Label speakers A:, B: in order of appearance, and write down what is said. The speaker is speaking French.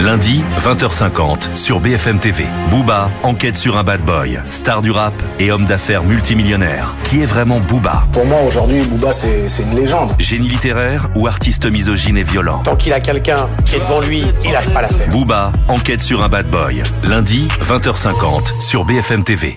A: Lundi, 20h50, sur BFM TV. Booba enquête sur un bad boy, star du rap et homme d'affaires multimillionnaire. Qui est vraiment Booba
B: Pour moi, aujourd'hui, Booba, c'est c'est une légende.
A: Génie littéraire ou artiste misogyne et violent
B: Tant qu'il a quelqu'un qui est devant lui, il n'arrive pas à la faire.
A: Booba enquête sur un bad boy. Lundi, 20h50, sur BFM TV.